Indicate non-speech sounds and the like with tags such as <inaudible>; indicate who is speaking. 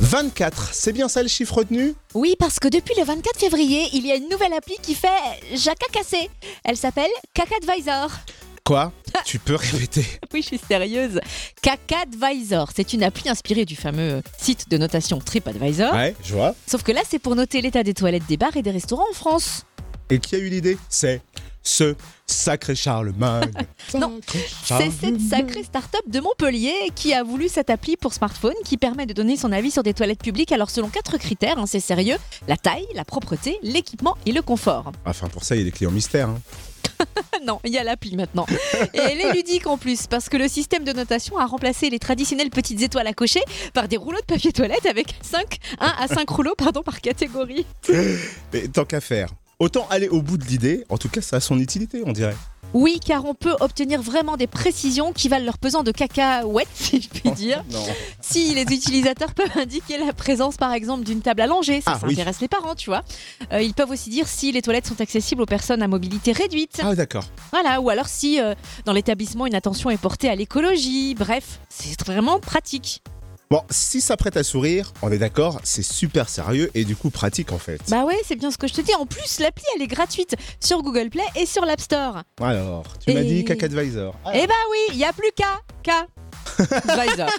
Speaker 1: 24, c'est bien ça le chiffre retenu
Speaker 2: Oui, parce que depuis le 24 février, il y a une nouvelle appli qui fait Jaca cassé. Elle s'appelle Caca Advisor.
Speaker 1: Quoi
Speaker 2: Ah.
Speaker 1: Tu peux répéter
Speaker 2: Oui, je suis sérieuse. Caca Advisor, c'est une appli inspirée du fameux site de notation TripAdvisor.
Speaker 1: Ouais, je vois.
Speaker 2: Sauf que là, c'est pour noter l'état des toilettes des bars et des restaurants en France.
Speaker 1: Et qui a eu l'idée C'est ce sacré Charlemagne.
Speaker 2: <laughs> Non,
Speaker 1: Sacré
Speaker 2: C'est
Speaker 1: Charlemagne.
Speaker 2: cette sacrée start-up de Montpellier qui a voulu cette appli pour smartphone qui permet de donner son avis sur des toilettes publiques. Alors, selon quatre critères, hein, c'est sérieux la taille, la propreté, l'équipement et le confort.
Speaker 1: Enfin, pour ça, il y a des clients mystères. hein.
Speaker 2: <laughs> non, il y a l'appli maintenant. Et elle est ludique en plus parce que le système de notation a remplacé les traditionnelles petites étoiles à cocher par des rouleaux de papier toilette avec 5, 1 à 5 rouleaux pardon, par catégorie.
Speaker 1: Mais tant qu'à faire. Autant aller au bout de l'idée, en tout cas, ça a son utilité, on dirait.
Speaker 2: Oui, car on peut obtenir vraiment des précisions qui valent leur pesant de cacahuètes, <laughs> si je
Speaker 1: Oh.
Speaker 2: puis dire.
Speaker 1: Non.
Speaker 2: Si les utilisateurs <laughs> peuvent indiquer la présence par exemple d'une table allongée, ça,
Speaker 1: Ah,
Speaker 2: ça
Speaker 1: oui.
Speaker 2: intéresse les parents, tu vois. Euh, ils peuvent aussi dire si les toilettes sont accessibles aux personnes à mobilité réduite.
Speaker 1: Ah, d'accord.
Speaker 2: Voilà, ou alors si euh, dans l'établissement une attention est portée à l'écologie. Bref, c'est vraiment pratique.
Speaker 1: Bon, si ça prête à sourire, on est d'accord, c'est super sérieux et du coup pratique en fait.
Speaker 2: Bah ouais, c'est bien ce que je te dis. En plus, l'appli elle est gratuite sur Google Play et sur l'App Store.
Speaker 1: Alors, tu m'as
Speaker 2: Et-
Speaker 1: dit Ah. Cacadvisor.
Speaker 2: Eh bah oui, il y a plus qu'à K. Advisor.